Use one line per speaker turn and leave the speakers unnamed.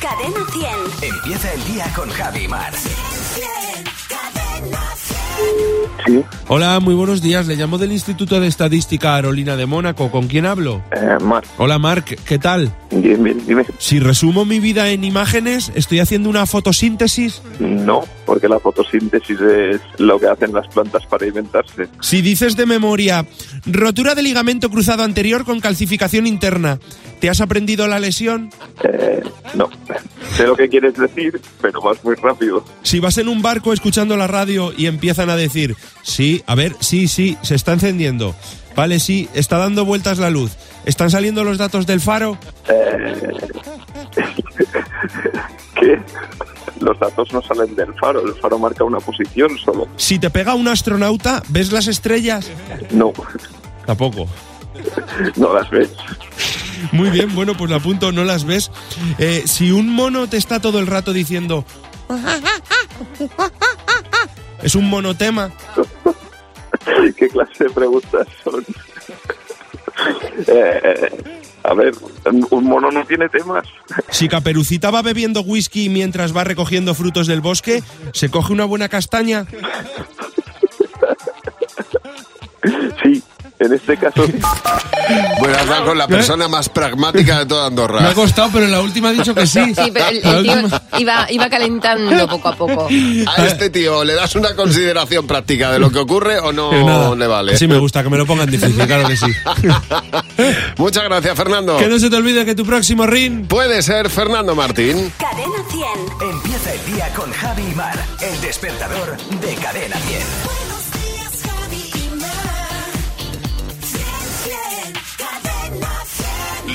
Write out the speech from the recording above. Cadena 100.
Empieza el día con Javi Mar.
Sí,
Hola, muy buenos días. Le llamo del Instituto de Estadística Aerolina de Mónaco. ¿Con quién hablo?
eh, Mar,
Hola, Marc. ¿Qué tal?
bien, bien, dime.
Si resumo mi vida en imágenes, estoy haciendo una fotosíntesis.
No, porque la fotosíntesis es lo que hacen las plantas para inventarse.
Si dices de memoria, rotura de ligamento cruzado anterior con calcificación interna, ¿te has aprendido la lesión?
Eh, no, sé lo que quieres decir, pero vas muy rápido.
Si vas en un barco escuchando la radio y empiezan a decir, sí, a ver, sí, sí, se está encendiendo. Vale, sí, está dando vueltas la luz. ¿Están saliendo los datos del faro?
¿Qué? Los datos no salen del faro, el faro marca una posición solo.
Si te pega un astronauta, ¿ves las estrellas?
No,
Tampoco.
no las ves.
Muy bien, bueno, pues la apunto, no las ves. Eh, si un mono te está todo el rato diciendo... Es un monotema.
¿Qué clase de preguntas son? Eh, a ver, un mono no tiene temas.
Si Caperucita va bebiendo whisky mientras va recogiendo frutos del bosque, ¿se coge una buena castaña?
Sí, en este caso sí.
Bueno, has dado con
¿Eh?
la persona más pragmática de toda
Me ha
Andorra.
costado, pero en la última ha dicho que sí.
Sí, pero el,
La
el tío
última-
iba, iba calentando poco a poco.
A este tío, ¿le das una consideración práctica de lo que ocurre o
Pero Eh, nada,
no le vale?
Sí, me gusta, que me lo pongan difícil, claro que sí.
Muchas gracias, Fernando.
Que no se te olvide que tu próximo ring...
Puede ser Fernando Martín.
Cadena 100.
Empieza el día con Javi Mar. El despertador de Cadena 100.
Buenos días, Javi y Mar. Bien, bien, cadena 100.